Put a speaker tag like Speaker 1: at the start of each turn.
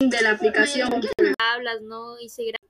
Speaker 1: de la aplicación.
Speaker 2: Hablas, ¿no? Y se graba